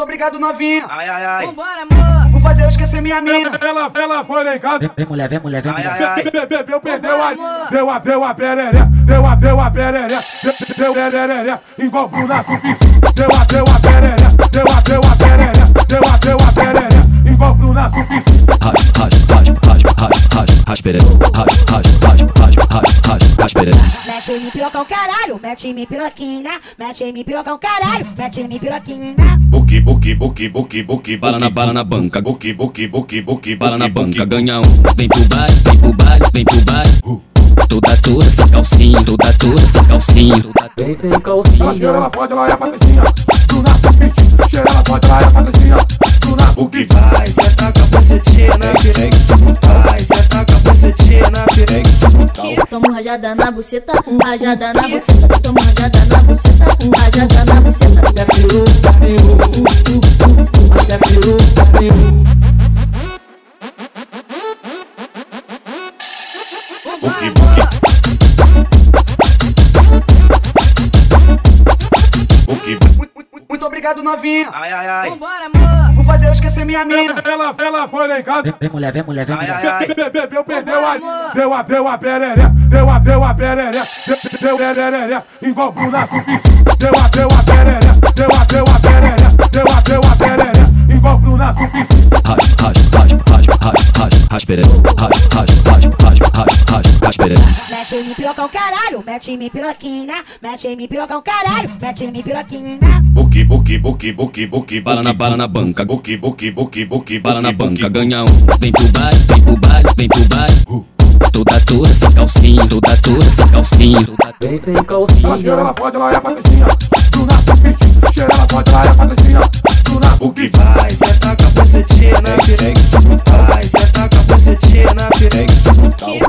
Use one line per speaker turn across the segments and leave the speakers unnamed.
obrigado, novinho.
Ai, ai, ai.
Vambora, amor. Vou fazer eu esquecer minha mina.
Ela, ela foi lá em casa.
Vem mulher, vem mulher, vem
Ai,
mulher.
ai, ai.
Be- be- Bebeu, perdeu a.
amor.
Deu a, deu a pereré. Deu a, deu a pereré. de- Deu pereré. Igual Bruna Surfista. Deu a, deu a pereré. Deu a, deu a pereré. Deu a, deu a pereré. Igual Bruna Surfista.
Mete em mim pirocão caralho, mete em mim piroquinha, mete em mim pirocão caralho, mete em mim piroquinha.
Buki, buki, buki, buki, buki,
Bala na bala na banca,
Buki, buki, buki, buki,
bala na banca, ganha um. Vem pro baile, vem pro baile, vem pro
Uh.
baile. Toda toda sem calcinha, toda toda sem calcinha, toda toda sem
Ela
calcinha.
cheira, ela fode, ela é a Patricinha. Bruna Surfista. Cheira, ela fode, ela é a Patricinha. Bruna Surfista.
Vai, cê taca a bucetinha na piranha. Vai, cê taca a bucetinha na piranha.
Toma rajada na buceta, rajada na buceta, toma rajada na buceta, rajada na buceta.
Buki, buki. Buki, buki.
Mu- mu- mu- Muito obrigado, novinho.
Ai, ai, ai.
Vambora, amor. Vou fazer eu esquecer minha mina.
Ela, ela foi lá em casa.
Vem mulher, vem mulher, vem
Ai,
mulher.
ai, ai.
Be- Bebeu, perdeu a.
amor.
Deu a, deu a pereré. Deu a, deu a pereré. de- Deu pereré. Igual Bruna Surfista. Deu a, deu a pereré. Deu a, deu a pereré. Deu a, deu a pereré. Igual Bruna Surfista.
Mete em mim pirocão caralho, mete em mim piroquinha, mete em mim pirocão caralho, mete em mim piroquinha.
Buki, buki, buki, buki, buki,
Bala na bala na banca,
Buki, buki, buki, buki,
bala na
buki, buki.
banca, ganha um. Vem pro baile, vem pro baile, vem pro baile. Toda toda sem calcinha, toda toda sem calcinha, toda toda sem
Ela cheira,
calcinha.
ela fode, ela é a Patricinha. Bruna Surfista. Cheira, ela fode, ela é a Patricinha. Bruna Surfista.
Vai, cê taca a bucetinha na piranha. Vai, cê taca a bucetinha na piranha.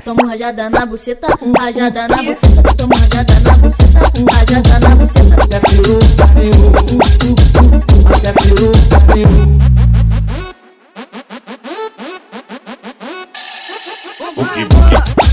Toma rajada na buceta, rajada na buceta, toma rajada na buceta, rajada na buceta.
Buki, buki.